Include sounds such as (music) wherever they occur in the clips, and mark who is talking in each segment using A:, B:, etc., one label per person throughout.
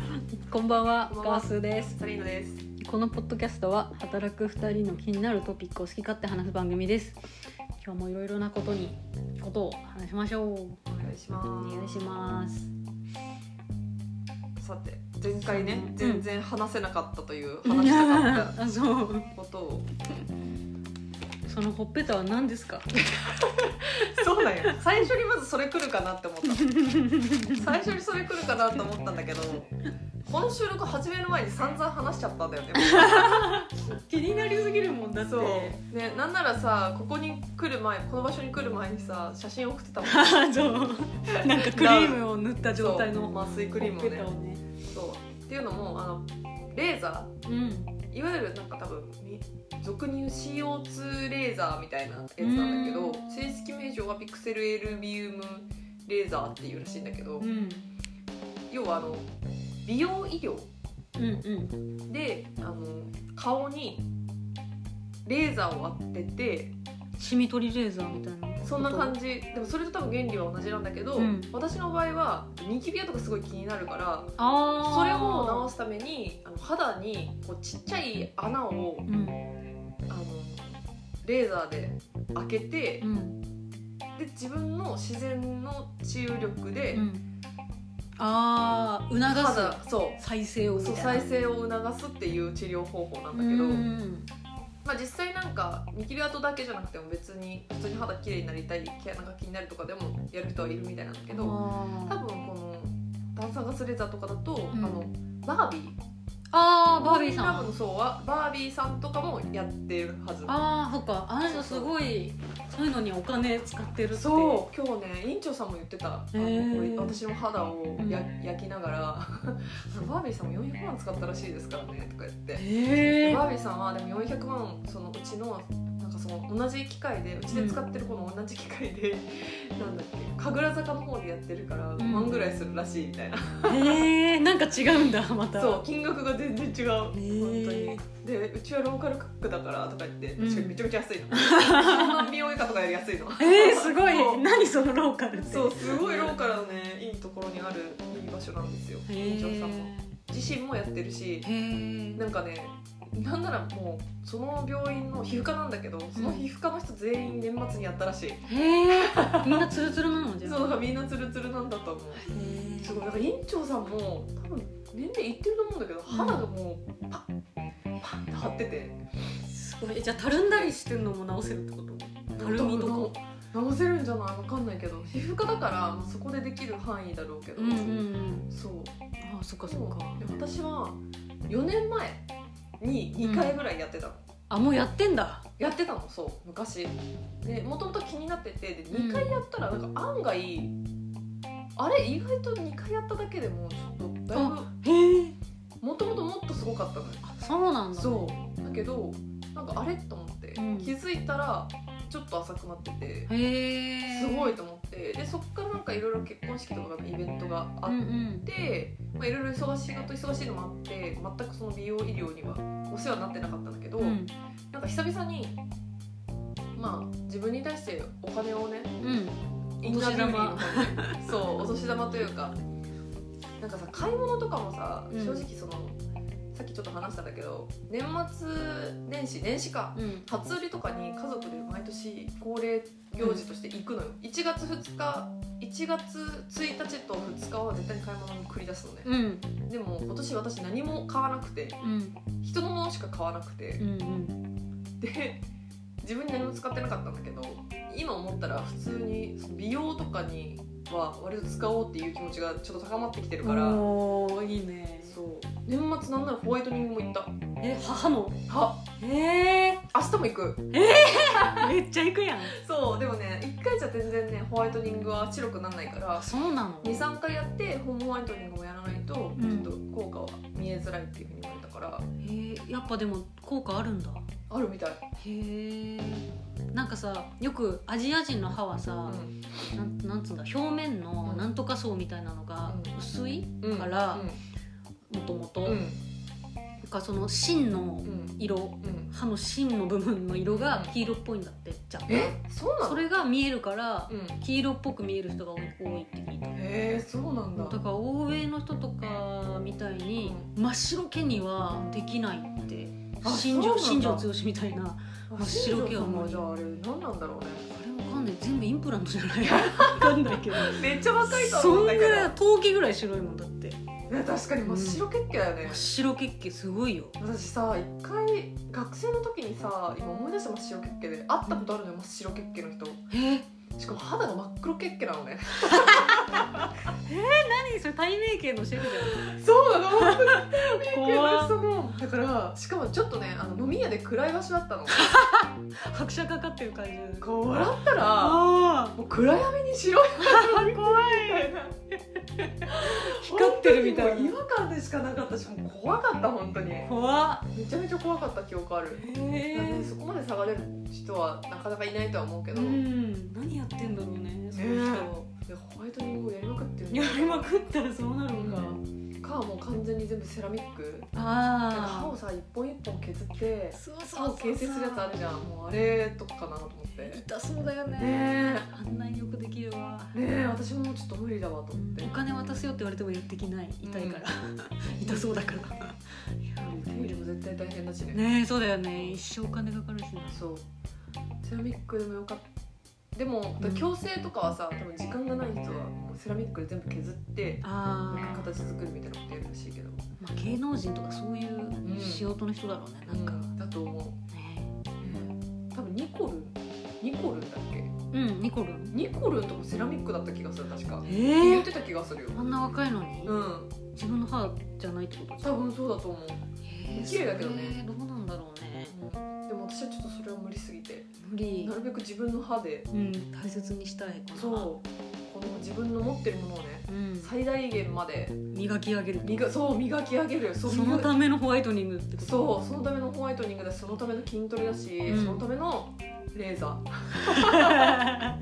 A: んばんは、
B: こんばん
A: ガ
B: は
A: ースです。
B: サリーナです。
A: このポッドキャストは働く二人の気になるトピックを好き勝手話す番組です。今日もいろいろなことにことを話しましょう。
B: お願いします。
A: お願いします。
B: さて、前回ね、
A: うん
B: 全然話せなかったという話したかっ
A: あ、 (laughs) そう。
B: たことを。
A: そのほっぺたは何ですか。
B: そうだよ。最初にまずそれ来るかなって思った。最初にそれ来るかなと思ったんだけど、この収録始める前に散々話しちゃったんだよね。
A: 気になりすぎるもんだって。
B: そう。ね、なんならさ、ここに来る前、この場所に来る前にさ、写真送ってたもん。
A: あ (laughs) そう。なんかクリームを塗った状態の
B: そう
A: ほっ
B: 麻酔クリームを
A: ぺたを
B: ね。
A: ね。
B: そう。っていうのも、あのレーザー。
A: うん。
B: いわゆるなんか多分み俗に言う CO2 レーザーみたいなやつなんだけど
A: うん
B: 正式名称はピクセルエルビウムレーザーっていうらしいんだけど
A: うん。
B: 要はあの美容医療
A: うんうん。
B: であの顔にレーザーを当てて
A: シミ取りレーザーみたいな。
B: そんな感。じでもそれと多分原理は同じなんだけど、
A: うん
B: 私の場合はニキビ跡がすごい気になるから
A: ああ。
B: それを治すためにあの肌にこうちっちゃい穴を
A: うん。
B: あのレーザーで開けて
A: う、ん。
B: で自分の自然の治癒力で、
A: うん、ああ促
B: 肌そ
A: す再生を
B: う
A: み
B: そう
A: たい
B: 再
A: な
B: 生を促すっていう治療方法なんだ
A: う
B: けど、
A: ん
B: まあ、実際なんかニキビ跡だけじゃなくても別に普通に肌きれいになりたい毛穴が気になるとかでもやる人はいるみたいなんだけど
A: あ
B: 多
A: ー
B: 分この炭酸ガスレーザーとかだと、
A: ん
B: あのバービー
A: あーバービーさ
B: 多
A: ん
B: 分そうはバービーさんとかもやってるはず
A: ああそっかあの人すごいそういうのにお金使ってるって
B: そう今日ね院長さんも言ってたあの
A: へー
B: これ私の肌をや、
A: うん
B: 焼きながらバービーさんも400万使ったらしいですからねとか言って
A: へえ
B: バービーさんはでも400万そのうちのなんかその同じ機械でうちで使ってるこの同じ機械で、 (laughs) なんだっけ神楽坂の方でやってるから5万ぐらいするらしいみたいな、
A: へえんか違うんだまた
B: そう金額が全然違う本当
A: へ
B: にでうちはローカルクックだからとか言って、
A: うん
B: 確かにめちゃめちゃ
A: (laughs)
B: 安いの10万美容以下とかより安いの
A: えー、すご
B: そ
A: いう何そのローカルって
B: そうすごいローカルのねいいところにあるいい場所なんですよ
A: へ
B: 院
A: え
B: 長さんも自身もやってるし
A: へえ
B: なんかねなんならもうその病院の皮膚科なんだけどその皮膚科の人全員年末にやったらしい、
A: へえみんなツルツルなのじゃ
B: そうだ
A: ん
B: からみんなツルツルなんだと思う
A: へえ
B: すごいなんか院長さんも多分年齢いってると思うんだけど肌がもうパッパッて張ってて
A: すごいえじゃあたるんだりしてるのも直せるってことたるみとかも
B: 直せるんじゃないわかんないけど皮膚科だからまあそこでできる範囲だろうけど、
A: うんうんうん
B: そう
A: あそっかそ
B: そ
A: っ
B: う
A: か
B: で私は4年前に2回ぐらいやってたの、
A: あもうやってんだ
B: やってたのそう昔でもともと気になっててで
A: うん
B: 2回やったらなんか案外、あれ意外と2回やっただけでもちょっとだい
A: へえ
B: ぶもともともっとすごかったのよ
A: あそうなんだ
B: そうだけどなんかあれと思って、
A: うん
B: 気づいたらちょっと浅くなってて
A: へえ
B: すご
A: い
B: いと思ってでそっからなんかいろいろ結婚式とかのイベントがあ
A: う
B: っ
A: んうん
B: でまあいろいろ忙しい仕事忙しいのもあって全くその美容医療にはお世話になってなかったんだけど、
A: うん
B: なんか久々にまあ自分に対してお金をね
A: うん
B: インナービューティーの方にねそうお年玉というかなんかさ買い物とかもさ
A: うん
B: 正直その、さっきちょっと話したんだけど年末年始年始か
A: うん
B: 初売りとかに家族で毎年恒例行事として行くのよ、1月2日1月1日と2日は絶対に買い物に繰り出すのね、
A: うん
B: でも今年私何も買わなくて
A: うん
B: 人のものしか買わなくて、
A: うんうん
B: で自分に何も使ってなかったんだけど今思ったら普通にその美容とかには割と使おうっていう気持ちがちょっと高まってきてるから
A: おーいいね
B: そう年末なんならホワイトニングも行った
A: え母の
B: は
A: へえ
B: 明日も行く
A: めっちゃ行くやん
B: そうでもね1回じゃ全然ねホワイトニングは白くならないから
A: あそうなの
B: 23回やってホームホワイトニングもやらないとちょ
A: うん
B: っと効果は見えづらいっていうふうに言われたから
A: へえやっぱでも効果あるんだ
B: あるみたい、
A: へえなんかさよくアジア人の歯はさ、なんなんつうんだ表面のなんとか層みたいなのが
B: うん
A: 薄い
B: うん
A: から
B: うん
A: もともと
B: うん
A: なんかその芯の
B: うん
A: 色
B: うん
A: 歯の芯の部分の色が黄色っぽいんだって若干
B: えそうなの
A: それが見えるから
B: うん
A: 黄色っぽく見える人が多い多いって聞いた
B: へえー、そうなんだ
A: だから欧米の人とかみたいに真っ白けにはできないって
B: あ
A: 新庄
B: そう
A: 新
B: な
A: 庄
B: んだ
A: 剛志みたいな
B: あ
A: 真っ白系は
B: 新庄さん
A: もう
B: はじゃああれ何なんだろうね
A: あれわかんない全部インプラントじゃない
B: (laughs)
A: わかんないけど
B: めっちゃ若いと
A: そ
B: 思
A: ん
B: うん
A: ぐ
B: だけど
A: らい陶器ぐらい白いもんだって
B: ね確かに真っ白血球だよね
A: 真っ、白血球すごいよ
B: 私さ一回学生の時にさ今思い出した真っ白血球で会ったことあるのよ真っ白血球の人
A: え
B: しかも肌が真っ黒血球なのね
A: 何それ対名系のシェフじ
B: そうなの (laughs) 本当に
A: ゃん
B: 怖
A: 怖
B: い
A: っ
B: だからしかもちょっとねあの飲み屋で暗い場所だったの
A: 拍車かかってる感じ
B: こう笑ったら
A: あ
B: もう暗闇に白い
A: あ (laughs) 怖い
B: みたいな
A: 光ってるみたいな
B: 本当にもう違和感でしかなかったしもう怖かった本当にめ
A: 怖っ
B: ちゃめちゃ怖かった記憶ある
A: へ
B: なん
A: え
B: でそこまで差が出る人はなかなかいないとは思うけど、
A: うん何やってんだろうねその人
B: いやホワイトニングをやりまくってる
A: やりまくったらそうなるんだ
B: かもう完全に全部セラミックなんか歯
A: あ
B: をさ一本一本削って
A: そう
B: 歯を形成するやつあるじゃんもうあれとかかなと思ってね
A: 痛そうだよ
B: え
A: あんなによくできるわ
B: ねえ私もちょっと無理だわと思って
A: お金渡すよって言われてもやってきない痛いから痛そうだからいや
B: 手入れも絶対大変だしね
A: ねえそうだよね一生お金かかるしな
B: そうセラミックでもよかったでも
A: うん
B: 矯正とかはさ多分時間がない人はもうセラミックで全部削って
A: あ
B: なん
A: ー
B: か形作るみたいなことやるらしいけど
A: まあ芸能人とかそういう仕事の人だろうねなんか
B: うんだと思
A: ね
B: う、多分ニコルンニコルンだっけ
A: うんニコルン
B: ニコルンともセラミックだった気がする確か
A: え
B: 言
A: え
B: ってた気がするよ
A: あんな若いのに
B: うん
A: 自分の歯じゃないってこと
B: 多分そうだと思う、
A: へえ
B: 綺麗だけどね
A: それどうなんだろうね
B: でも私はちょっとそれは無理すぎて
A: 無理
B: なるべく自分の歯で
A: うん大切にしたいこの歯
B: そうこの自分の持ってるものをね
A: うん
B: 最大限まで
A: 磨き上げる
B: 磨そう磨き上げるそ
A: そうのためのホワイトニングってこと
B: そうそのためのホワイトニングだしそのための筋トレだし、
A: うん
B: そのためのレーザ
A: (laughs)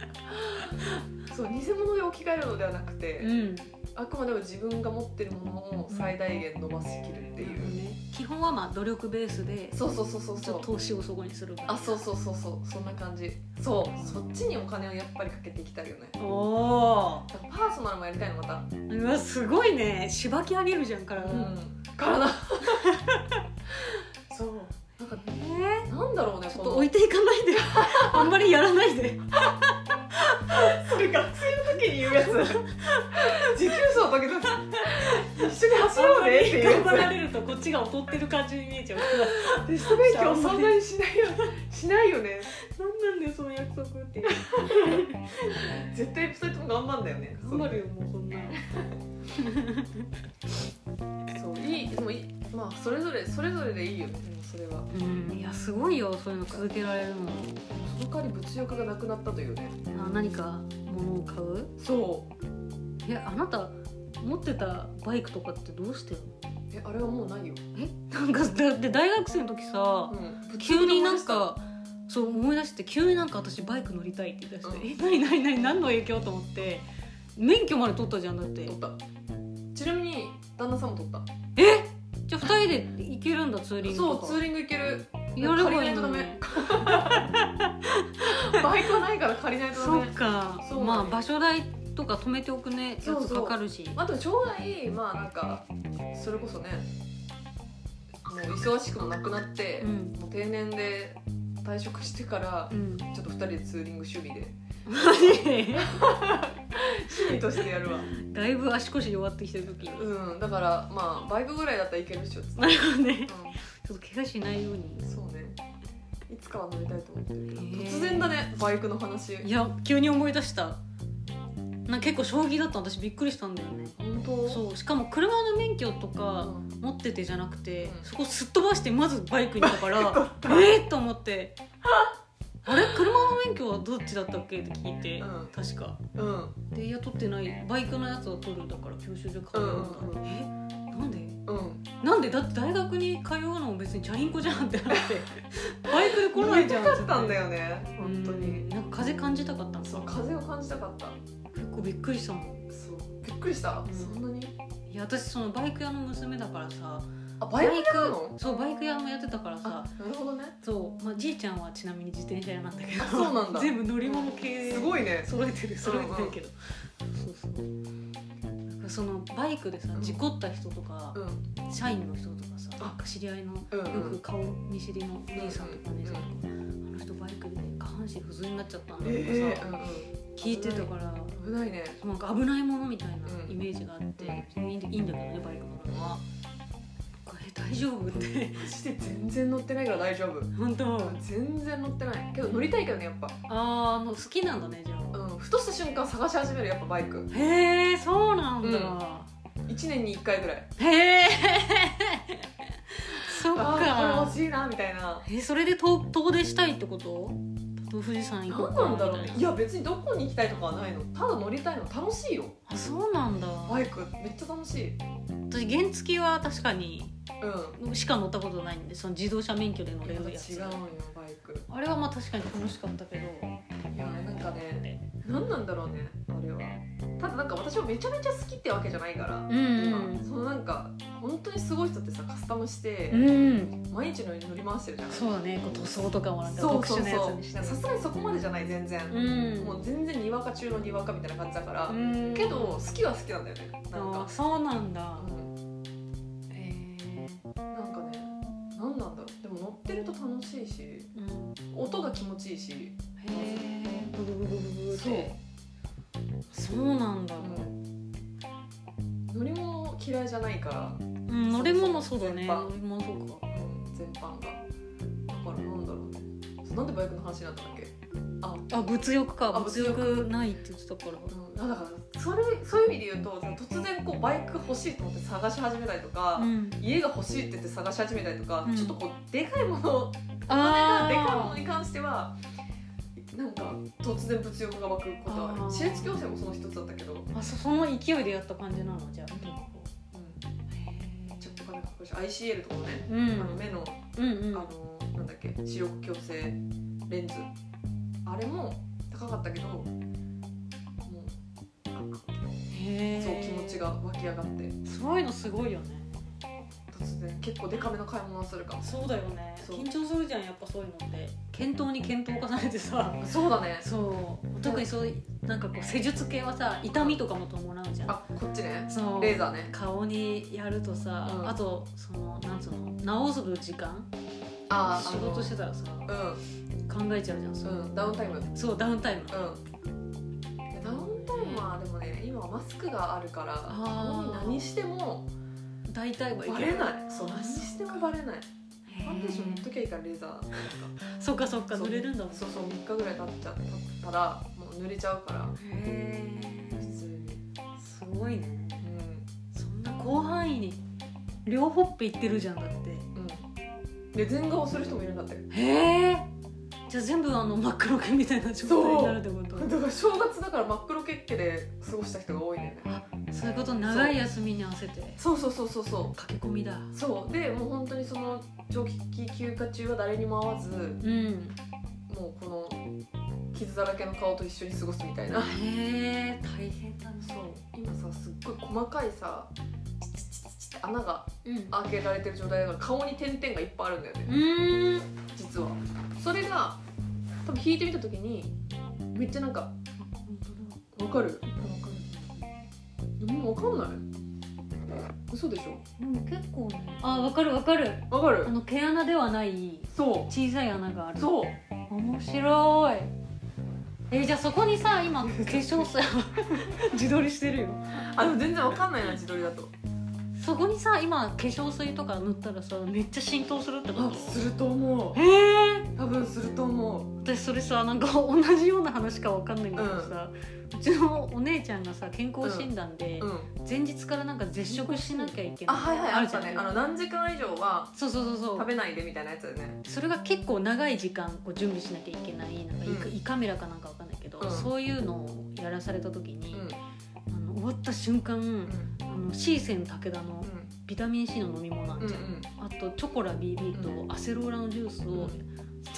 B: ーそう偽物で置き換えるのではなくて、
A: うん
B: あくまでも自分が持ってるものを最大限伸ばしきるっていう、
A: 基本はまあ努力ベースで
B: そうそうそうそう
A: ち
B: そ
A: ょっ
B: う
A: と投資をそこにするから
B: あそうそうそうそうそんな感じそうそっちにお金をやっぱりかけていきたいよね
A: うお
B: だからパーソナルもやりたいのまた
A: ーうわすごいねしばき上げるじゃんから、
B: うん体 (laughs) そうなんか
A: え
B: なんだろうね
A: ちょ
B: こ
A: っ
B: の
A: と置いていかないであんまりやらないで
B: それ学生の時に言うや (laughs) つ持久走の時だ一緒に走ろうねっていう
A: 頑張ら
B: や
A: れるとこっちが劣ってる感じに見えちゃう
B: つテスト勉強そんなにしないよしないよね
A: 何なんだよその約束って
B: 絶対2人とも頑張んだよね
A: 頑張るよもうそんなの
B: そういいでもいいまあそれぞれそれぞれでいいよねでもそれは
A: うんいやすごいよそういうの続けられるの
B: その代わり物欲がなくなったというね
A: あ何か物を買う
B: そう
A: えあなた持ってたバイクとかってどうしてるの
B: えあれはもうないよ、
A: えなんかだって大学生の時さ
B: うん
A: 急になんかそう思い出して急になんか私バイク乗りたいって言い出して、え何何何何の影響と思って免許まで取ったじゃんだって
B: 取ったちなみに旦那さんも取った
A: えじゃあ2人で行けるんだツーリング
B: そ
A: と
B: う
A: か
B: ツーリング行ける
A: やればいい
B: 借りないと
A: の
B: ダ
A: に
B: メ (laughs) バイクはないから借りないとダ
A: そっ
B: メ
A: か
B: そうだね
A: まあ場所代とか止めておくねや
B: そう
A: つ
B: そう
A: かかるし
B: まあでも将来まあなんかそれこそねもう忙しくもなくなって、
A: うん
B: もう定年で退職してから
A: うん
B: ちょっと2人でツーリング趣味で
A: マジ
B: 趣味としてやるわ
A: だいぶ足腰弱ってきてる時
B: うんだからまあバイクぐらいだったらいけるっしょつって、
A: なるほどね
B: う
A: ちょっと怪我しないように
B: ん、そうねいつかは乗りたいと思ってるけど
A: へー
B: 突然だねバイクの話
A: いや急に思い出したなんか結構将棋だったの私びっくりしたんだよね
B: 本当う、
A: そうしかも車の免許と
B: う
A: か
B: ん
A: 持っててじゃなくて、
B: うん
A: そこすっ飛ばしてまずバイクに行ったからえっと思ってあれ車の免許はどっちだったっけって聞いて、
B: うん
A: 確か
B: うん、
A: でいや取ってないバイクのやつを取るだから教習所通うんだ、
B: うんうん
A: えなんで
B: うん、
A: なんでだって大学に通うのも別にチャリンコじゃんって
B: (laughs)
A: なってバイクで来ないじゃん
B: 寝たかったんだ
A: よ
B: よね本当に
A: なんか風感じたかったの
B: そう風を感じたかった
A: 結構びっくりしたもん
B: そうびっくりした、
A: ん
B: そんなに
A: いや私そのバイク屋の娘だからさ
B: あバイクなの
A: そうバイク屋もやってたからさ
B: あなるほどね
A: そう、まあ、じいちゃんはちなみに自転車屋なんだけど
B: あそうなんだ
A: 全部乗り物系
B: すごいね
A: 揃えてる揃えてるけど、そうそうなんかそのバイクでさ
B: うん
A: 事故った人とか、
B: うん
A: 社員の人とかさ
B: あ
A: なんか知り合いのよ
B: うんうん
A: く顔見知りのお兄さんとかお姉さんとか、あの人バイクで下半身不随になっちゃったんだとかさ、
B: えーうん
A: 聞いてたから
B: うん、危ないね
A: なんか危ないものみたいな
B: うん
A: イメージがあって、いいんだいいんだけどねバイク乗るのは。これ大丈夫って
B: マジで全然乗ってないから大丈夫
A: 本当
B: 全然乗ってないけど乗りたいけどねやっぱ、
A: あーあの好きなんだねじゃあ、
B: うん、ふとした瞬間探し始めるやっぱバイク
A: へえそうなんだ、
B: 1年に1回ぐらい
A: へえそっ
B: ああこれ
A: か
B: 欲しいなみたいな
A: えそれで遠遠出したいってこと遠富士山行こう
B: 何
A: か
B: なんだろう
A: み
B: ね
A: たい
B: いや別にどこに行きたいとかはないのただ乗りたいの楽しいよ
A: あそうなんだ
B: バイクめっちゃ楽しいうん
A: 私原付は確かに
B: う
A: しか乗ったことないんでその自動車免許で乗
B: ん
A: れ
B: 違う
A: る
B: の
A: や
B: よ
A: つ
B: バイク
A: あれはまあ確かに楽しかったけど
B: いやなんかね何なんだろうねあれはただなんか私はめちゃめちゃ好きってわけじゃないから、
A: うん
B: 今そのなんか本当にすごい人ってさカスタムして
A: うん、うん、
B: 毎日のように乗り回してるじゃん
A: そうだねこう塗装とかもなんか
B: そう
A: 特
B: そう
A: 殊なやつ
B: そう
A: にして
B: さすがにそこまでじゃない全然、
A: うん
B: もう全然にわか中のにわかみたいな感じだから、
A: うん
B: けど好きは好きなんだよねなん
A: あ
B: か、
A: そうなんだ
B: うん
A: へえ
B: なんかね何なんだろうでも乗ってると楽しいし
A: うん
B: 音が気持ちいいし
A: へえブブブブブブっ
B: そう、
A: てそうなんだ、
B: うん乗り物嫌いじゃないから、
A: うん、乗り物そうだね
B: 全般
A: 乗り物そうか
B: うん全般がだからなんだろうねそうなんでバイクの話になったんだっけあ
A: あ物欲か
B: あ
A: 物欲ないって言ってたから
B: うんあだからそれそういう意味で言うと突然こうバイク欲しいと思って探し始めたりとか、
A: うん
B: 家が欲しいって言って探し始めたりとか、
A: うん
B: ちょっとこうでかいものお金がでかいもの
A: あ
B: に関してはなんか突然物欲が湧くことはある
A: あー
B: 私立矯正もその一つだったけど、
A: ーあそその勢いでやった感じなのじゃあ
B: めっちゃお金かかるし ICL とかもね、
A: うん
B: あの目の
A: うんう
B: あ
A: ん
B: のなんだっけ視力矯正レンズあれも高かったけどもう
A: へえ
B: そう気持ちが湧き上がって
A: そういうのすごいよね
B: 突然結構デカめの買い物をするかも
A: そうだよね
B: そう
A: 緊張するじゃんやっぱそういうのって検討に検討を重ねてさ
B: そうだね
A: (laughs) そう特にそういうなんかこう施術系はさ痛みとかも伴うじゃん
B: あこっちね
A: そう
B: レーザーね
A: 顔にやるとさ、
B: うん
A: あとそのなんつうの治す時間
B: あーあ
A: 仕
B: の
A: 事してたらさ考えちゃうじゃんそうう,、
B: ん、うん、ダウンタイム
A: そうダウンタイム
B: うん、ダウンタイムはでもね今はマスクがあるから
A: あー
B: 顔に何しても
A: 大体はい
B: バ
A: け
B: レないそう
A: あ
B: 何してもバレない
A: へー
B: ファンデーション塗っときゃいいからレーザーとか
A: そっかそっか
B: そう
A: 濡れるんだもん
B: そうそう3日ぐらい経っちゃったらもう濡れちゃうから
A: へ
B: 普
A: え
B: 通に
A: すごいね
B: う
A: そんな広範囲に両ほっぺいってるじゃんだって
B: んうんで全顔する人もいるんだって
A: へえじゃあ全部あの真っ黒系みたいな状態になるってこと
B: だから正月だから真っ黒血家で過ごした人が多いんだよね
A: あそういうこと長い休みに合わせて
B: そうそうそうそうそ
A: 駆け込みだ
B: うそうでもう本当にその長期休暇中は誰にも会わず
A: うん
B: もうこの傷だらけの顔と一緒に過ごすみたいな
A: へえ大変だな
B: そう今さすっごい細かいさチッチッチッチッチッって穴が
A: うん
B: 開けられてる状態だから顔に点々がいっぱいあるんだよね
A: うん
B: 実はそれが多分弾いてみた時にめっちゃなんか
A: 本当
B: わかるわかるもうわかんない嘘でしょ
A: だでも結構ねあわかるわかる
B: わかる
A: あの毛穴ではない
B: そ
A: 小さい穴があ
B: う
A: る
B: そう
A: 面白いえじゃあそこにさ今化粧
B: (laughs)
A: 水自撮りしてるよ
B: あでも全然わかんないな自撮りだと
A: そこにさ今化粧水とか塗ったらさめっちゃ浸透するってこ
B: あ
A: と
B: すると思
A: へえ
B: う多分すると思
A: 私それさなんか同じような話かわかんないんだけどさ、うちのお姉ちゃんがさ健康診断で
B: ううん
A: 前日からなんか絶食しなきゃいけな
B: あ
A: い
B: はいはいあ
A: ある
B: る
A: じ
B: じ
A: ゃ
B: ゃ
A: ん、
B: ねあの何時間以上は
A: そうそうそうそ
B: 食
A: う
B: べないでみたいなやつだよね
A: それが結構長い時間こう準備しなきゃいけないなんか胃,、
B: うん
A: 胃カメラかなんかわかんないけど、
B: うん
A: そういうのをやらされた時に、
B: うん
A: あの終わった瞬間、
B: うん
A: あのシーセン武田の
B: う
A: ビタミン C の飲み物あん
B: ん
A: じゃん、
B: うん
A: あとチョコラ BB
B: う
A: とアセローラのジュース
B: う
A: を、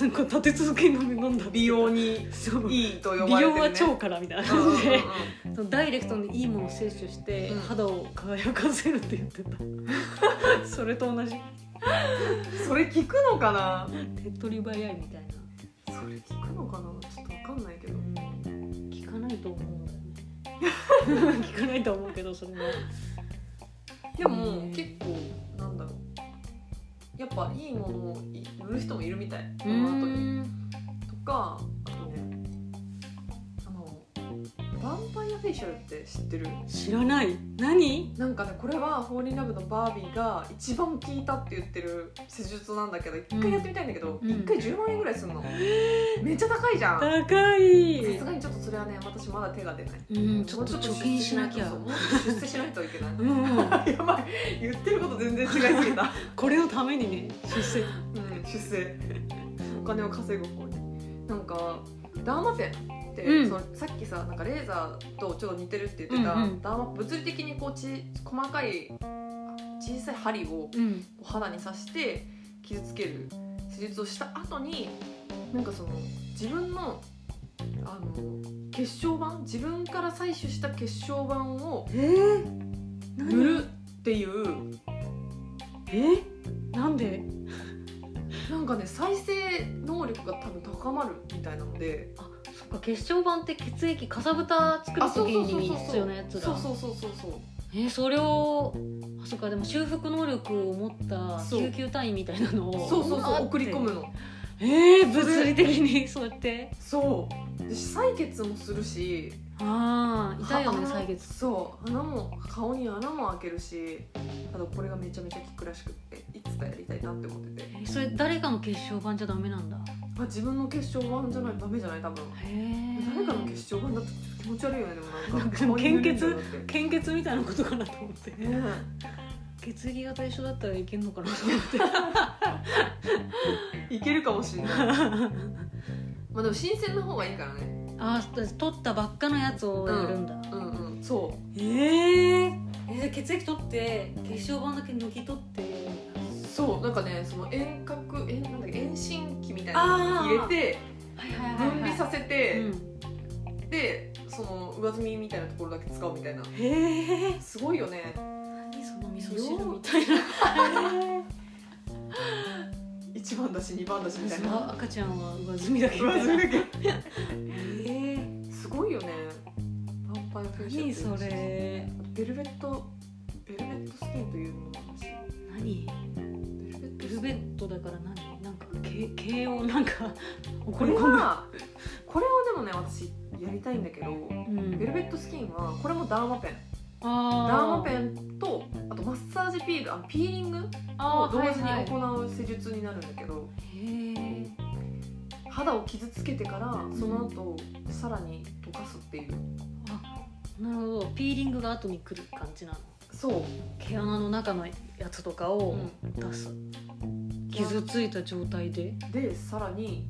A: なんか立て続けに飲み飲んだ
B: 美容に
A: そう
B: いいと呼
A: 美
B: ばれてる、ね、
A: 容は腸からみたいな
B: うん
A: 感
B: うんうん
A: じで、そのダイレクトにいいものを摂取して、
B: うん
A: 肌を輝かせるって言ってた (laughs) それと同じ
B: それ聞くのかな
A: 手っ取り早いみたいな、
B: それ聞くのかなちょっとわかんないけど
A: 聞かないと思うんだよね
B: (laughs)
A: 聞かないと思うけどそれは
B: でも結構なんだろうやっぱいいものを売る人もいるみたいこの後にとかあとねあのヴァンパイアフェイシャルって知ってる
A: 知らない何
B: なんかねこれは「ホーリーラブ」のバービーが一番効いたって言ってる施術なんだけど一回やってみたいんだけど、
A: うん
B: 一回10万円ぐらいするの、めっちゃ高いじゃんさ
A: 高い
B: すがにちょっとそれはね私まだ手が出ない
A: うんちょっと貯金しなきゃ
B: もうちょっと出世しないといけない
A: うん
B: やばい言ってること全然違いす
A: (laughs)
B: ぎた
A: これをためにね出世
B: うん、出世お金を稼ぐ方になんかダーマペンって、
A: うん
B: そのさっきさなんかレーザーとちょっと似てるって言ってた、
A: うんうん
B: ダーマ物理的にこうち細かいあ小さい針を
A: うん
B: 肌に刺して傷つける施術をした後になんかその自分のあの結晶板自分から採取した結晶板を
A: えー、何
B: 塗るっていう
A: えなんで
B: なんかね再生能力が多分高まるみたいなので。
A: あそっか血小板って血液かさぶた作る時に必要なやつだ
B: そうそうそうそうそう
A: えーそれをあそっかでも修復能力を持った
B: そう
A: 救急隊員みたいなのを
B: そうそ
A: わ
B: う
A: ー
B: そう
A: って
B: 送り込むの
A: えー、物理的にそうやって
B: そうで採血もするし
A: ああ痛いよね
B: は
A: 採血
B: そう穴も顔に穴も開けるしあとこれがめちゃめちゃ効くらしくっていつかやりたいなって思ってて
A: えそれ誰かの血小板じゃダメなんだ
B: あ自分の結晶板じゃないダメじゃない多分
A: へえ
B: 誰かの結晶板だって気持ち悪いよねでもな
A: なんん
B: か
A: かでも献血
B: 顔に塗るんだよだって
A: 献血みたいなことかなと思って
B: ね
A: 血液型一緒だったらいけんのかなと思 (laughs)
B: えいけるかもしれない
A: って
B: まあでも新鮮な方がいいからね
A: あー取ったばっかのやつをやるんだ、
B: うんうんそ
A: えええー血液取って血小板だけ抜き取って
B: うそうなんかねその遠隔遠なんだっけ遠心機みたい
A: あ
B: なの
A: ー
B: に入れて
A: はいはい
B: 分離させて、
A: うん
B: でその上積みみたいなところだけ使うみたいな
A: へえ
B: すごいよね
A: 何その味噌汁みたいな
B: 1番だし2番だしみたい
A: そう
B: な
A: 赤ちゃんは上積みだけみた
B: 上
A: い
B: 積
A: な
B: みだ
A: えー
B: けすごいよねヴァンパイアフェイシ
A: 何そ
B: ャルっていうらしい
A: れ
B: ベルベットベルベットスキンというのもあるし
A: 何
B: ベルベット
A: ベ
B: スキ
A: ル
B: ン
A: ベットだから何なんかけ慶応なんか
B: こ
A: 怒り
B: れ
A: 込む
B: はこれはでもね私やりたいんだけど
A: うん
B: ベルベットスキンはこれもダーマペンダー
A: あ
B: マペンとあとマッサージピールあピーリング
A: あ
B: を
A: ー
B: 同時
A: はいは
B: に
A: い
B: 行う施術になるんだけど、
A: へえ
B: 肌を傷つけてからその後さらに溶かすっていう
A: あなるほどピーリングが後に来る感じなの
B: そう、
A: 毛穴の中のやつとかを出す、傷ついた状態で
B: でさらに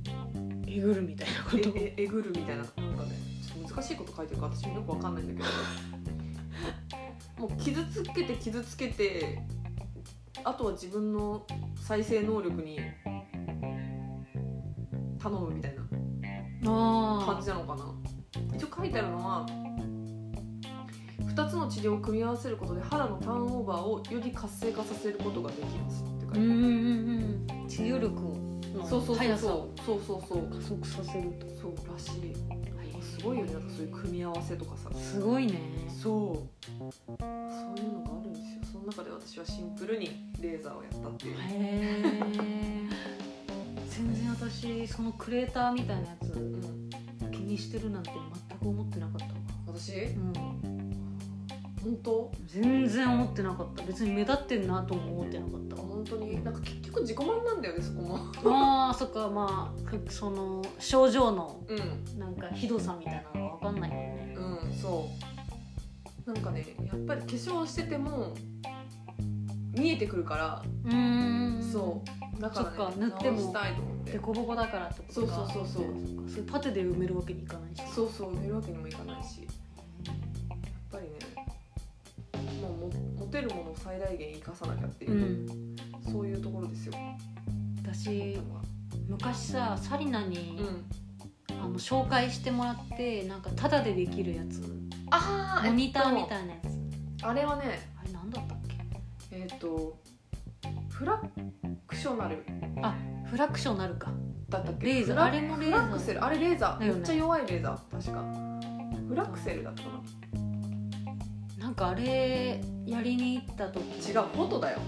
A: えぐるみたいなこ
B: え
A: と
B: ええぐるみたいななんかねちょっと難しいこと書いてるから私もよくわかんないん
A: (laughs)
B: だけどもう傷つけて傷つけてあとは自分の再生能力に頼むみたいな感
A: あ
B: じなのかな一応書いてあるのは2つの治療を組み合わせることで肌のターンオーバーをより活性化させることができますって書い
A: あう
B: てあ
A: んうん
B: る
A: うんうん治癒力の
B: そうそうそう
A: 速さ
B: そ
A: を
B: うそうそうそう
A: 加速させると
B: そうらしいすごいよねなんかそういう組み合わせとかさ
A: すごいね
B: そうそういうのがあるんですよその中で私はシンプルにレーザーをやったっていう
A: へえ全然私そのクレーターみたいなや
B: う
A: つ
B: ん
A: 気にしてるなんて全く思ってなかったわ
B: 私
A: うん
B: 本当
A: 全然思ってなかった別に目立ってんなとも思ってなかったわ
B: 本当になんか結局自己満なんだよねそこも
A: あーそっかまあその症状の
B: うん
A: なんかひどさみたいなのが分かんないもんね
B: うんそうなんかねやっぱり化粧してても見えてくるから、
A: うーん
B: そうだから、ね、
A: そっか塗っても
B: 直したいと思って
A: でこぼこだからってことか
B: そうそうそうそう
A: そっかそれパテで埋めるわけにいかないし
B: そうそう寝るわけにもいかないしやっぱりねもうも持てるものを最大限生かさなきゃっていうう、
A: ん
B: そういうところですよ、
A: 私
B: 多
A: 昔さサリナに、
B: 分うん、
A: あの紹介してもらってなんかタダでできるやつ
B: あ
A: モニターみ
B: い
A: たいなやつ、
B: あれはね
A: あれなんだったっけ
B: えっ、とフラクショナル
A: あフラクションなるか
B: だったっけ
A: レーザー
B: フラ
A: あれもレー
B: フ
A: ザー
B: ラクセルあれレーザー、
A: だよね
B: めっちゃ弱いレーザー確かフラクセルだったかな
A: なんかあれやりに行った時
B: 違うフォトだよ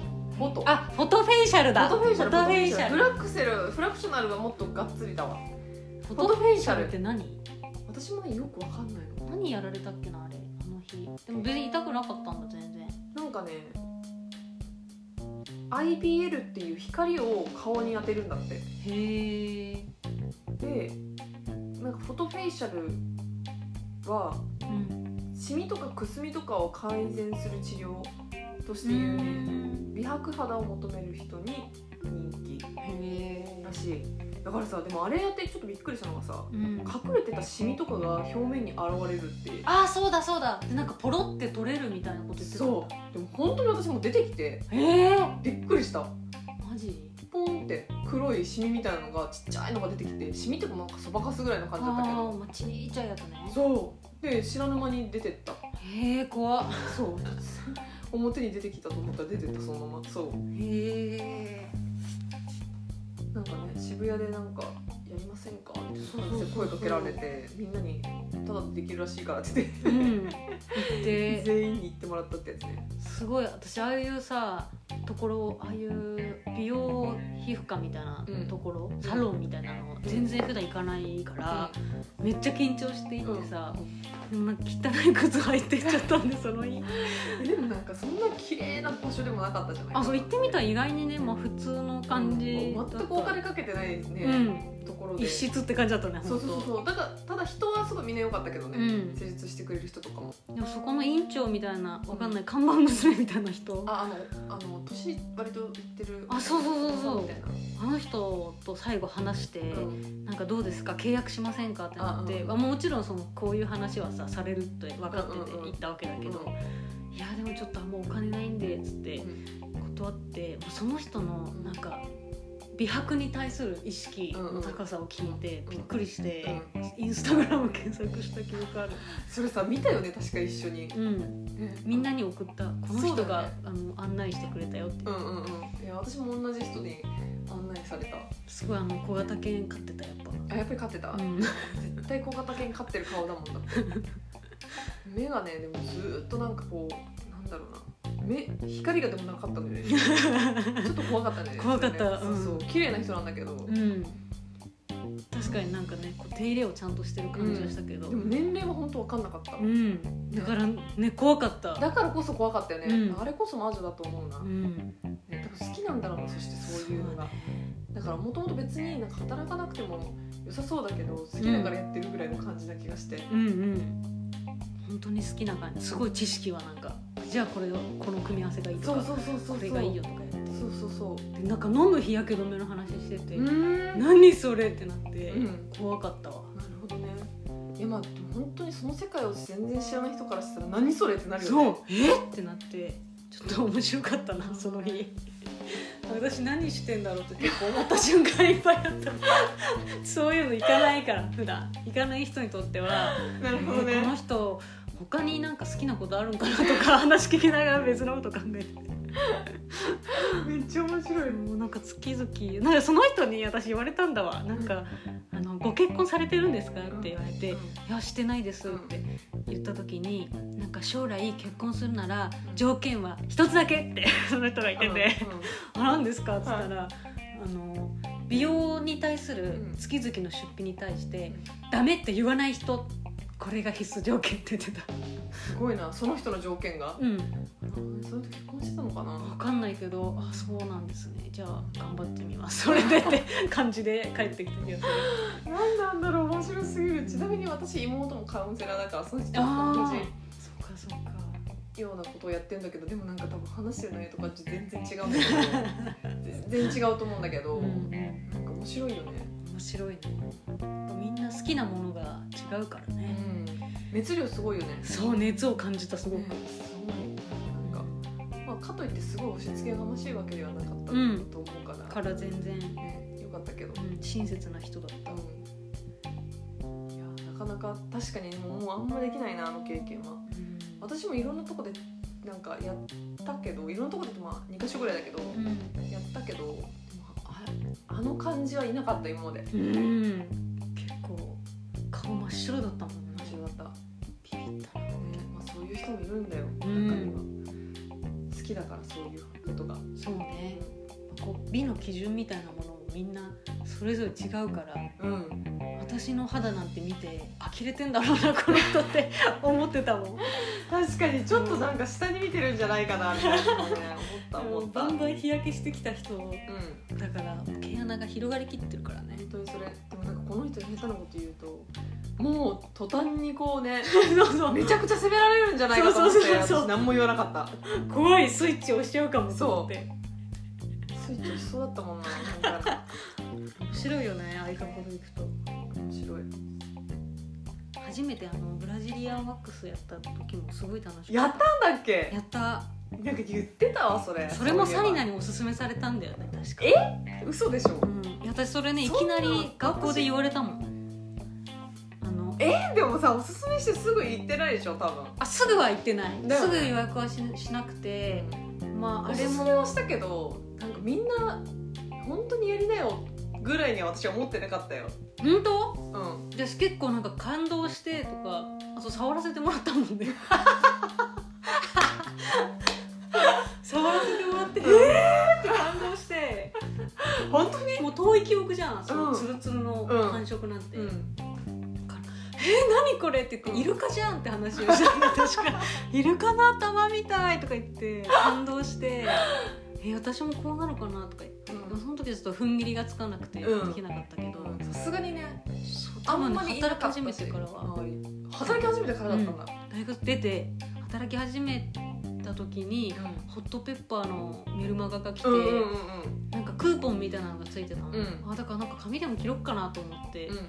B: フォト
A: あフォトフェイシャルだ
B: フォトフェイシャル
A: フォトフェイシャ
B: フ
A: ル
B: ラクセルフラクショナルがもっとがっつりだわ
A: フォ
B: ォトフェイシャル
A: って何
B: 私もよくわかんないの
A: 何やられたっけなあれあの日でも別に痛くなかったんだ全然
B: なんかね IPL っていう光を顔に当てるんだって
A: へえ
B: でなんかフォトフェイシャルは
A: うん
B: シミとかくすみとかを改善する治療として
A: う
B: 有名
A: ん
B: 美白肌を求める人に人気
A: へえ
B: らしいだからさでもあれやってちょっとびっくりしたのがさ
A: うん
B: 隠れてたシミとかが表面に現れるっていう
A: ああそうだそうだでなんかポロって取れるみたいなこと言ってたん
B: そ
A: だ
B: うでも本当に私も出てきて
A: へえ
B: びっくりした
A: マジ
B: ポンって黒いシミみたいなのがちっちゃいのが出てきてシミっていうかなんかそばかすぐらいの
A: あ
B: 感じだったけ
A: ー
B: ど
A: まあちっちゃいやつね
B: そうで知らぬ間に出てった
A: へえ怖っ
B: そう突然表に出てきたと思ったら出てったそのままそう
A: へえ
B: なんかね渋谷でなんかやりませんかって
A: そうそうそう
B: 声かけられてみんなにただでできるらしいからって言って
A: うん行って
B: 全員に言ってもらったってやつね
A: すごい私ああいうさところああいう美容皮膚科みたいなところ、サロンみたいなの全然普段行かないから、めっちゃ緊張していってさ、でもなんか汚い靴履いてっちゃったんでその日
B: えでもなんかそんな綺麗な場所でもなかったじゃない
A: あそう行ってみたら意外にね、まあ、普通の感じだ
B: 全
A: った
B: くお金かけてないですね、
A: うん
B: ところで
A: 一室って感じだったね
B: そうそう
A: 本
B: そうだからただ人はすごいみんな良かったけどね、
A: うん
B: 施術してくれる人とかも
A: 当でもそこの院長みたいなわかんない看板娘みたいな人あ
B: ああのあの年割と行ってる
A: あそうそうそうそう
B: みたいな、
A: の人と最後話して、
B: うん
A: なんかどうですか契約しませんかってなって
B: あうん
A: まあもちろんそのこういう話はさされるって分かってて
B: うんうんうん
A: 行ったわけだけど、
B: うん
A: いやでもちょっとあんまお金ないんでっつって断ってもうその人のなんか美白に対する意識の高さを聞いて
B: うん
A: びっくりして、インスタグラム検索した記憶ある、
B: それさ見たよね確か一緒に、
A: うん、みんな
B: に
A: に送ったこの人が、
B: そう
A: あの案内してくれたよって、
B: うんうんうんいや私も同じ人に案内された
A: すごいあの小型犬飼ってたやっぱ。
B: あやっぱり勝ってた、
A: うん
B: 絶対小型犬飼ってる顔だも
A: (laughs)
B: んだって目がねでもずーっとなんかこうなんだろうな目光がでもなかった
A: (laughs)
B: のよねちょっと怖かったね
A: 怖かった
B: そうそう
A: うん
B: 綺麗な人なんだけど、
A: うん、確かになんかねこう手入れをちゃんとしてる感じがしたけど、
B: でも年齢は本当わかんなかった、
A: うん、だからね怖かった
B: だからこそ怖かったよね、
A: うん
B: あれこそ魔女だと思うな、
A: うん
B: ね多分好きなんだろうなそしてそういうのがだからもともと別になんか働かなくても良さそうだけど好きだからやってるぐらいの感じな気がして、
A: うんうん本当に好きな感じすごい知識はなんかじゃあこれをこの組み合わせがいいと
B: そ
A: か
B: うそうそうそうそう
A: これがいいよとかやって
B: そうそうそう
A: でなんか飲む日焼け止めの話してて、
B: うーん
A: 何それってなって、
B: うん
A: 怖かったわ
B: なるほどねいやまあでも本当にその世界を全然知らない人からしたら何それってなるよ
A: そ
B: ね
A: うえってなってちょっと面白かったなその日私何してんだろうって結構思った瞬間いっぱいあったそういうの行かないから普段行かない人にとっては、
B: なるほ
A: え
B: ど
A: ーこの
B: ね
A: 人他になんか好きなことあるんかなとか話聞きながら別のこと考えて
B: めっちゃ面白い
A: もうなんか月々なんかその人に私言われたんだわなんか、あの「ご結婚されてるんですか?」って言われて
B: う
A: い
B: ん
A: やしてないですって言った時になんか将来結婚するなら条件は一つだけって (laughs) その人が言ってて「あ何ですか?」っつったら、あの美容に対する月々の出費に対して「ダメ」って言わない人これが必須条件って言ってた、
B: すごいなその人の条件が
A: うん、
B: その人結婚してたのかな
A: 分かんないけどあそうなんですねじゃあ頑張ってみますそれでって感じで帰ってきた気がする
B: 何なんだろう面白すぎるちなみに私妹もカウンセラーだからその人と同
A: あ
B: じ
A: ーそうかそうか
B: ようなことをやってんだけどでもなんか多分話してる内容とか全然違うんだけど全然違うと思うんだけど、
A: うんうん
B: なんか面白いよね、
A: 面白いねみんな好きなものが違うから
B: う
A: ね、
B: ん、熱量すごいよね
A: そう熱を感じたすごく、
B: ねすごいなんか、まあ、かといってすごい押し付けがましいわけではなかったと
A: うん
B: 思うから、
A: から全然、
B: ね、よかったけど、
A: うん、親切な人だった
B: うんいやなかなか確かにもうもうあんまできないなあの経験は私もいろんなとこでなんかやったけどいろんなとこでってまあ2か所ぐらいだけど、
A: う
B: やったけどでもああの感じはいなかった今まで
A: ん、うん、結構顔真っ白だったもん
B: 面
A: ね
B: 白かった、ね
A: ビビったな
B: まあ、そういう人もいるんだよ
A: うん
B: きだからそういうことが、
A: そうねこう美の基準みたいなものもみんなそれぞれ違うから
B: うん、
A: 私の肌なんて見て呆れてんだろうなこの人って (laughs) 思ってたもん
B: 確かにちょっとなんか下に見てるんじゃないかなみたいなのね思った
A: バ
B: 思
A: ン
B: った
A: バン日焼けしてきた人
B: うん
A: だから毛穴が広がりきってる (laughs) からね
B: 本当にそれでもなんかこの人に下手なこと言うともう途端にこう
A: (laughs)
B: ね
A: そうそう
B: めちゃくちゃ責められるんじゃないかと思っ
A: そ
B: て
A: うそうそうそう
B: 私何も言わなかった
A: 怖いスイッチ押しちゃうかもと思って
B: スイッチ押しそうだったもんななんか
A: 面白いよねああいう格好で行くと
B: 面白い
A: 初めてあのブラジリアンワックスやった時もすごい楽し
B: や
A: か
B: っ
A: った
B: んだっけ
A: たやった
B: なんか言ってたわそれ
A: それもサリナ
B: に
A: におすすめされたんだよね確か
B: 嘘でしょ
A: うん、私それねい
B: そ
A: き
B: んな
A: な
B: の
A: り学校で言われたもんあの
B: でもさおすすめしてすぐ言ってないでしょ多分
A: あすぐは行ってない、
B: だよ
A: すぐ
B: ね
A: 予約はししなくてまあ
B: お
A: あ
B: す
A: れ
B: す
A: も
B: めはしたけどなんかみんな本当にやりなよぐらいには私は思ってなかったよ
A: 本当
B: うん
A: 私結構なんか感動してとかあと触らせてもらったもんね触らせてもらってえーって感動して
B: 本当に
A: もう遠い記憶じゃんその
B: うん
A: ツルツルの
B: うん
A: 感触なんて、
B: ん
A: 何これって言ってイルカじゃんって話をした
B: (laughs)
A: んだ確かイルカの頭みたいとか言って感動
B: (laughs)
A: してえ私もこうなるかなとか言ってその時はちょっと踏ん切りがつかなくてで
B: うん
A: きなかったけど、
B: さすがにね
A: そう
B: あ
A: 多
B: ん
A: 分
B: ま
A: ね
B: り
A: 働き始めてからは
B: 働き始めてからだったんだ、
A: 大学出て働き始めた時にホットペッパーのメルマガが来て、
B: うん、うんうんうん
A: なんかクーポンみたいなのがついてたの、
B: うん
A: あだからなんか紙でも切ろっかなと思って、
B: うん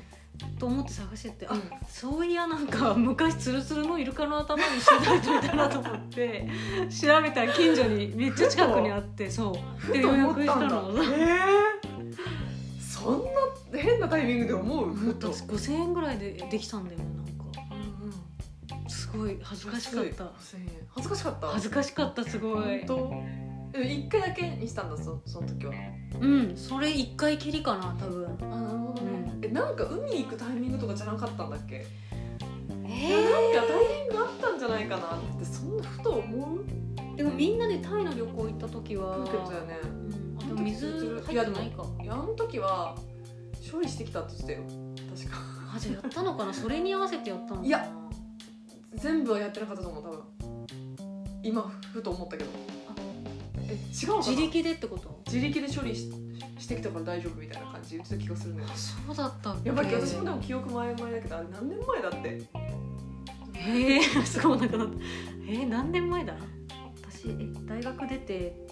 A: と思って探してて、あ
B: うん
A: そういやなんか昔ツルツルのイルカの頭にしてた人いたなと思
B: (laughs)
A: って調べたら近所にめっちゃ近くにあってそうで
B: ふと
A: 予約
B: 思っ
A: した
B: んだ
A: たの
B: えーそんな変なタイミングで思う
A: も
B: ふ
A: っ
B: と、
A: と5,000円ぐらいでできたんだよねなんか
B: うんうん
A: すごい恥ずかしかった
B: 安い5000円恥ずかしかった
A: 恥ずかしかったすごい
B: 本当でも一回だけにしたんだそその時は
A: うんそれ1回きりかな多分
B: あなるほどね、えなんか海行くタイミングとかじゃなかったんだっけ、
A: え
B: なんかタイミングあったんじゃないかなってそんなふと思う
A: でもみんなでタイの旅行行った時は
B: 風景だよね
A: うんあでも水入ってないか
B: いやあの時は処理してきたって言ってたよ確か
A: あじゃあやったのかなそれに合わせてやったのかない
B: や全部はやってなかったと思う多分今ふと思ったけど
A: あ
B: え違うのかな
A: 自力でってこと
B: 自力で処理ししてきたから大丈夫みたいな感じ言ってた気がするんだよ
A: あそうだったっけ
B: やっぱり私もでも記憶前々だけどあれ何年前だって
A: えー、すごいなくなったえー、何年前だ私え大学出て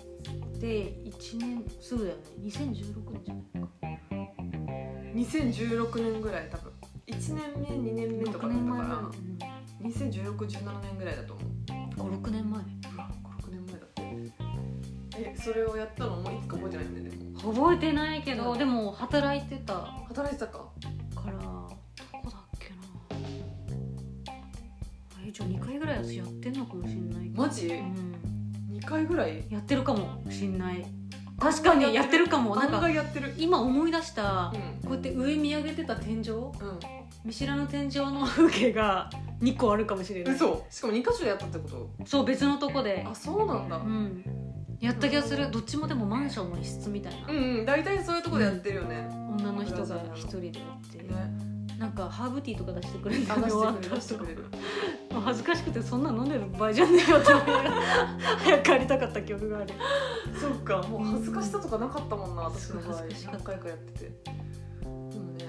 A: で1年すぐだよね2016年じゃないか
B: 2016年ぐらい多分1年目2年目と
A: 6
B: かだっ
A: 年
B: た
A: 前
B: から201617年ぐらいだと思う
A: 56年前
B: うわ56年前だってえそれをやったのもういつか覚えてないんだよねでも
A: 覚えてないけどでも働いてたか
B: 働いてたから
A: どこだっけなあれじゃあ2回ぐらい私やってんのかもしんないけど
B: マジ
A: うん
B: 2回ぐらい
A: やってるかもしんない確かにやってるかもなん
B: 案
A: か
B: 外やってる
A: 今思い出した
B: う
A: こうやって上見上げてた天井
B: んうん
A: 見知らぬ天井の風景が2個あ (laughs) るかもしれない
B: 嘘しかも2箇所でやったってこと
A: そう別のとこで
B: あそうなんだ
A: う、んやった気がするどっちもでもマンションの一室みたいな、
B: うんうん大体そういうとこでやってるよね、
A: 女の人が一人でやって、
B: ね
A: なんかハーブティーとか出してくれて
B: 話
A: 終わっ
B: してくれる
A: た
B: 出してく
A: 後
B: れ
A: (laughs)
B: る
A: 恥ずかしくてそんな飲んでる場合じゃねえよと (laughs) 思いながら早く帰りたかった記憶がある
B: そっかもう恥ずかしさとかなかったもんな私の場合
A: 恥ずかしかっ
B: 何
A: た
B: 回かやっててでもね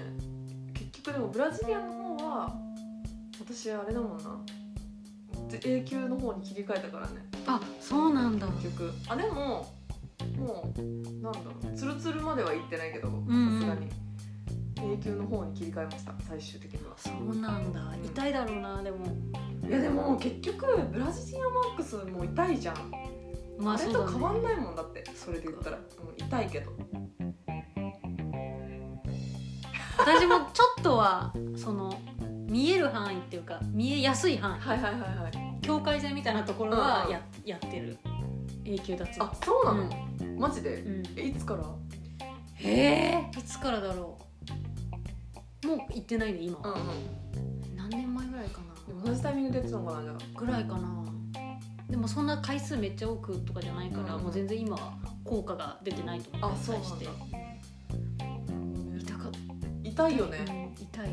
B: 結局でもブラジリアンの方は私あれだもんなで永久の方に切り替えたからね
A: あそうなんだ
B: 結局あでももうなんだろうツルツルまでは行ってないけどさ
A: ん
B: すがに永久の方に切り替えました最終的には
A: そうなんだ痛いだろうなでも
B: いやでも結局ブラジリアンマックスも痛いじゃん
A: ま
B: あ
A: あ
B: れ
A: そう
B: と
A: だ
B: 変わ
A: ね
B: んないもんだってそれで言ったら、うん、痛いけど
A: 私もちょっとはその見える範囲っていうか見えやすい範囲
B: はいはいはいはい
A: 境界線みたいなところは
B: うん
A: や,、やってる永久脱
B: あ
A: 毛
B: そうな
A: う
B: の
A: ん、
B: マジで
A: うん
B: えいつから
A: へえいつからだろうもう行ってないね今、
B: うんうん
A: 何年前ぐらいかな
B: でも同じタイミングでやってたのかなじゃ
A: ぐらいかなでもそんな回数めっちゃ多くとかじゃないから、
B: うん
A: もう全然今は効果が出てないと思
B: あ
A: っ
B: そう
A: たり
B: な
A: し
B: ん
A: て痛
B: だ
A: かった
B: 痛いよね
A: うん痛い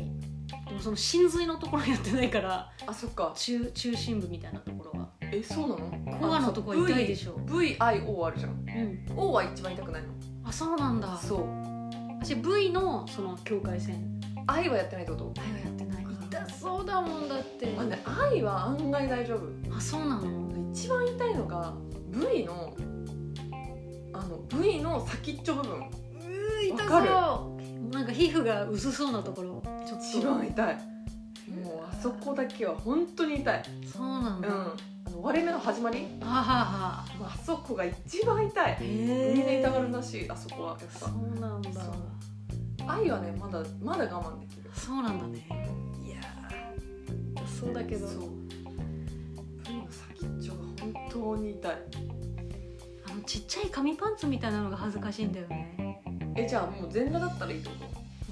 A: でもその心髄のところやってないから
B: あそっか
A: 中中心部みたいなところが
B: えそうなの
A: コアのとこは痛いで
B: し
A: しょ
B: VIO あるじゃん
A: う、ん、
B: O は一番痛くないの
A: あそうなんだ
B: そう
A: 私 V のその境界線
B: I はやってないってこと
A: あれはやってない
B: 痛
A: 痛そうだもんだって
B: あ、ね、I は案外大丈夫
A: あそうなの
B: 一番痛いのが V のあの V の先っちょ部分
A: う
B: 痛そう
A: うなんか皮膚が薄そうなところちょっと
B: 一番痛いもうあそこだけは本当に痛い
A: そうなん
B: うん
A: だ、
B: あの割れ目の始まり
A: あはは
B: もうあそこが一番痛い
A: へ
B: みんな
A: え
B: 痛がるらしいあそこはやっ
A: そうなんだ
B: そうぱ愛はねまだまだ我慢できる
A: そうなんだねいやーそうだけど
B: そう V の先っちょが本当に痛い
A: あのちっちゃい紙パンツみたいなのが恥ずかしいんだよね
B: えじゃあもう全裸だったらいいってこ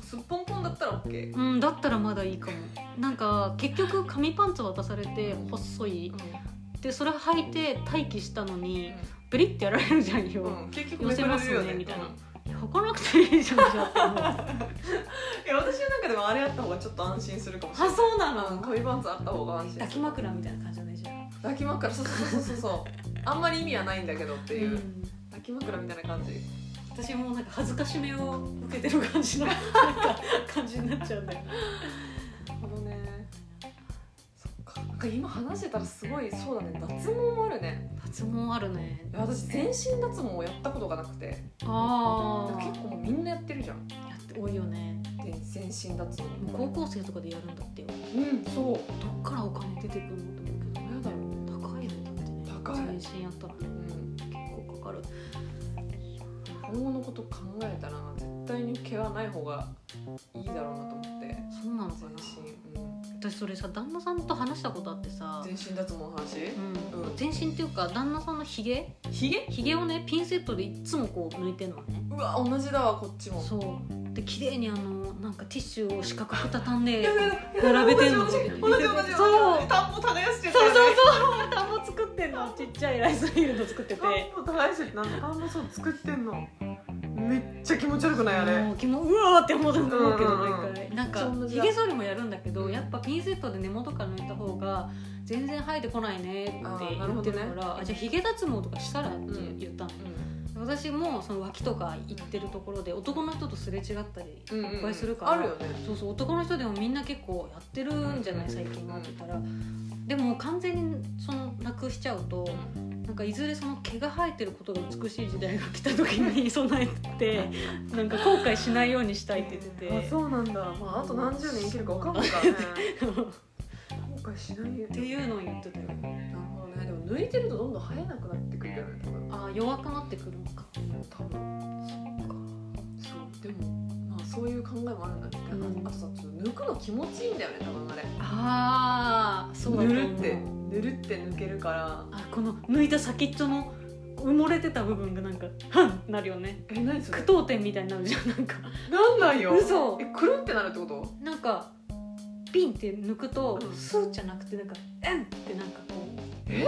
B: とすっぽんぽんだったら OK
A: うんだったらまだいいかもなんか結局紙パンツ渡されて細いでそれ履いて待機したのにベリッてやられるじゃんよ、
B: うん、うん、結局めくられるよ
A: 寄せま
B: ね
A: すよねみたいな
B: うん
A: (laughs) 履かなくていいじゃんじゃあ
B: いや私の中でもあれあった方がちょっと安心するかもしれ
A: あ
B: ない
A: そうな
B: うん
A: の
B: 紙パンツあった方が安心
A: 抱き枕みたいな感じじゃないじゃん
B: 抱き枕そうそうそうそうそうあんまり意味はないんだけどっていう、
A: うん
B: 抱き枕みたいな感じ
A: 私もなんか恥ずかしめを受けてる感じのなんか感じになっちゃうんだ (laughs) よね
B: ほどねそっかなんか今話してたらすごいそうだね脱毛もあるね
A: 脱毛あるね
B: いや私全身脱毛をやったことがなくて
A: ああ
B: 結構もうみんなやってるじゃん
A: やって多いよね
B: で全身脱毛
A: もう高校生とかでやるんだってよ
B: うんそう
A: どっからお金出てくるのと思うけ
B: やだろう、
A: ど高いよねだってね
B: 高い
A: 全身やったらね
B: ん、
A: 結構かかる
B: 今後のこと考えたら絶対に毛はない方がいいだろうなと思って
A: そうなのかな
B: 全
A: 私それさ旦那さんと話したことあってさ
B: 身、うん、全身脱毛の話
A: うん
B: うん
A: 全身っていうか旦那さんのひげ
B: ひげ
A: ひげをねピンセットでいっつもこう抜いてんのね
B: うわ同じだわこっちも
A: そうで綺麗にあのなんかティッシュを四角く畳んで (laughs)
B: やだやだ
A: 並べてんの
B: 同じ同じ同じ同じ
A: そう
B: 田んぼ耕して
A: そうそう
B: う
A: そう田んぼ作ってんのちっちゃいライスミールド作ってて
B: 田んぼ耕してなんか田んぼそう作ってんのめっちゃ気持ち悪くないあれ
A: もう気もうわーって思うと思うけど
B: うんうんうん
A: 毎回なん
B: そ
A: か
B: んな時
A: ひ
B: 代
A: げ剃りもやるんだけどやっぱピンセットで根元から抜いた方が全然生えてこないねって
B: あーな
A: 言
B: るほ
A: っ
B: ど
A: て
B: ね
A: るからあじゃあひげ脱毛とかしたらって言ったの、私もその脇とか行ってるところで男の人とすれ違ったり
B: うん
A: いっぱいするから
B: あるよね
A: そうそう男の人でもみんな結構やってるんじゃない最近はって言ったらでも完全にそのなくしちゃうとなんかいずれその毛が生えてることが美しい時代が来た時に備えてなんか後悔しないようにしたいって言って
B: あ
A: て。
B: そうなんだまああと何十年生きるかわかんな
A: (laughs)
B: いからね後悔しないよ
A: っていうのを言ってたよ
B: なるほどねでも抜いてるとどんどん生えなくなってくるよね多分
A: あー弱くなってくるのか
B: 多分そうでもまあそういう考えもあるんだけど、
A: うん
B: あとさちょっと抜くの気持ちいいんだよね多分あれ
A: ああそうだと
B: ぬ
A: 思う
B: るってぬるって抜けるから
A: あこの抜いた先っちょの埋もれてた部分がなんかはんなるよね
B: え何そ
A: 句読点みたいになるじゃんなんか
B: なんないよ
A: 嘘
B: えくるんってなるってこと
A: なんかピンって抜くと
B: うん
A: スーじゃなくてなんかエンってなんかこう
B: え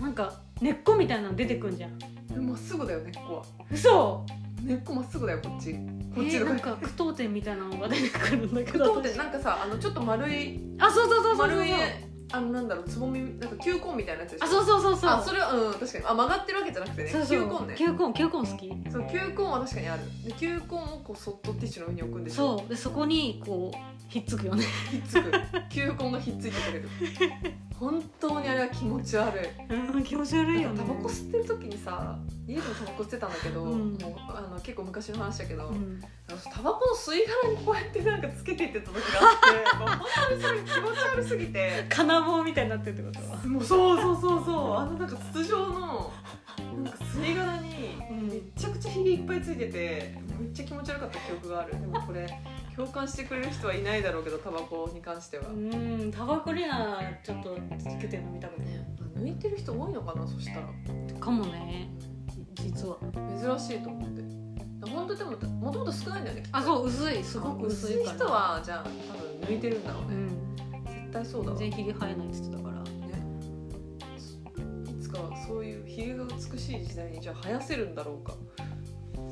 A: なんか根っこみたいなの出てくんじゃん
B: えまっすぐだよ根っこは
A: 嘘
B: 根っこまっすぐだよこっち
A: え
B: こっち
A: ー、
B: の
A: なんか句読点みたいなのが出てくるんだけ
B: 句
A: ど
B: 読点なんかさあのちょっと丸い
A: あそうそうそうそうそう
B: 丸いあのなんだろうつぼみなんか球根みたいなやつでしょ
A: あそうそうそうそう
B: あそれはうん確かにあ曲がってるわけじゃなくてね
A: そうそう
B: 球根ね
A: 球根球根好き
B: そう球根は確かにあるで球根をこうそっとティッシュの上に置くんでしょ
A: そうでそこにこうひっつく
B: (laughs)
A: よね
B: ひっつく球根がひっついてくれる本当にあれは気持ち悪い
A: うん気持ち悪いよ
B: なん
A: ね
B: かタバコ吸ってる時にさ家でもタバコ吸ってたんだけど、
A: うん
B: もうあの結構昔の話だけど、
A: うん
B: あのタバコの吸い殻にこうやってなんかつけていってた時があってもう本当にそれ気持ち悪すぎて
A: 金棒みたいになってるってことは
B: もうそうそうそうそうあのなんか筒状のなんか吸い殻に
A: うん
B: めちゃくちゃひげいっぱいついててめっちゃ気持ち悪かった記憶があるでもこれ共感してくれる人はいないだろうけどタバコに関しては、
A: うんタバコにはちょっとつけてるの見たくね
B: 抜いてる人多いのかなそしたら
A: かもね実は
B: 珍しいと思って本当でももともと少ないんだよねきっと
A: あそう薄いすごく薄いから
B: 人はじゃあ多分抜いてるんだろう
A: う
B: ね、
A: ん
B: 絶対そうだ
A: 全
B: わ
A: 然ひげ生えないって言ってたから
B: いつかがそういうひげが美しい時代にじゃあ生やせるんだろうか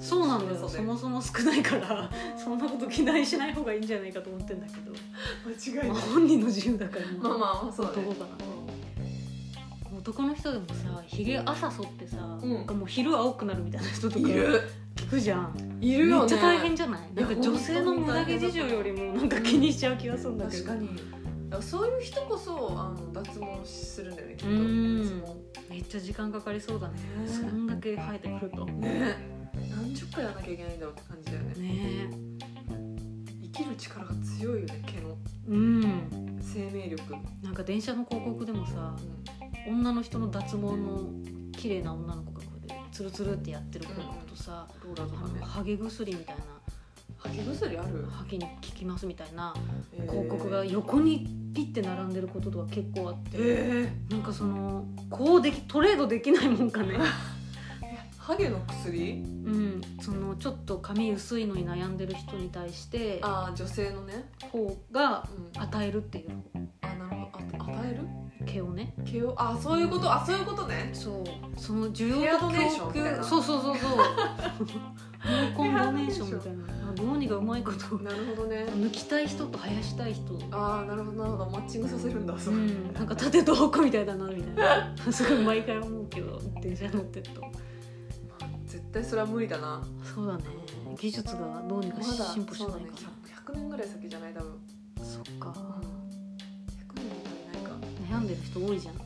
A: そうなんだよ
B: そうだ
A: そ
B: よ
A: もそも少ないから (laughs) そんなこと期待しない方がいいんじゃないかと思ってんだけど、
B: 間違
A: まあ、本人の自由だから
B: まあまあまあそうだね
A: 男かな男の人でもさひげ朝剃ってさ、
B: うん
A: なんかもう昼青くなるみたいな人とか
B: いる
A: 聞くじゃん
B: いるよ
A: め
B: ね
A: っちゃ大変じゃない
B: い
A: な
B: や
A: んか女性の胸毛事情よりもなんか気にしちゃう気がするんだけ
B: 確
A: ど
B: かにだからそういう人こそあの脱毛するんだよねきっと
A: うん
B: 脱毛
A: めっちゃ時間かかりそうだね
B: ね
A: そんだけ生えてくるとね
B: ね何十回やらなきゃいけないんだろうって感じだよね生きる力が強いよね毛の
A: うん
B: 生命力、
A: なんか電車の広告でもさ女の人の脱毛の綺麗な女の子がこうやってツルツルってやってる子のことさ、
B: ローラーと
A: あ
B: かね
A: のハゲ薬みたいな
B: はけ薬ある
A: ハゲに効きますみたいな
B: えー
A: 広告が横にピッて並んでることとか結構あって、
B: え
A: なんかそのこうできトレードできないもんかね、 (laughs)
B: ーハゲの薬
A: うん、そのちょっと髪薄いのに悩んでる人に対して
B: ああ女性のね、
A: 方が
B: うん、あ
A: 与えるっていう
B: あなるほどあ与える
A: 毛をね
B: 毛をあそういうことあそういうことね
A: そうその需要
B: ヘア
A: と
B: ドネーシ
A: 供
B: ョンみたい
A: 給
B: な
A: そうそうそうそうノーコンドネーションみたいなどうにかうま
B: (laughs)
A: いこと
B: なるほどね
A: 抜きたい人と生やしたい人
B: ああなるほどなるほどマッチングさせるんだそうう、
A: ん、なんか縦と奥みたいだなみたいなすごい毎回思うけど電車乗ってると
B: 絶対それは無理だな
A: そうだね技術がどうに
B: ま
A: か
B: だ
A: 進歩し
B: そう
A: な
B: だ
A: い
B: ね
A: か
B: 100, 100年ぐらい先じゃない多分
A: なそっか
B: 100年ぐらいないか
A: 悩んでる人多いじゃん
B: うん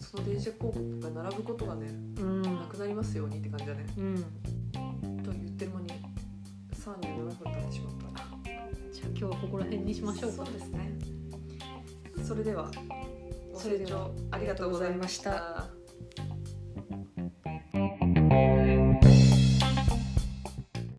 B: その電車広告が並ぶことがね
A: うん
B: なくなりますようにって感じだね
A: うん
B: と言ってる間に37分経ってしまった
A: じゃあ今日はここら辺にしましょうか
B: そうですねそれではご
A: それ
B: 清
A: では
B: 聴ありがとうございまし
A: ありが
B: た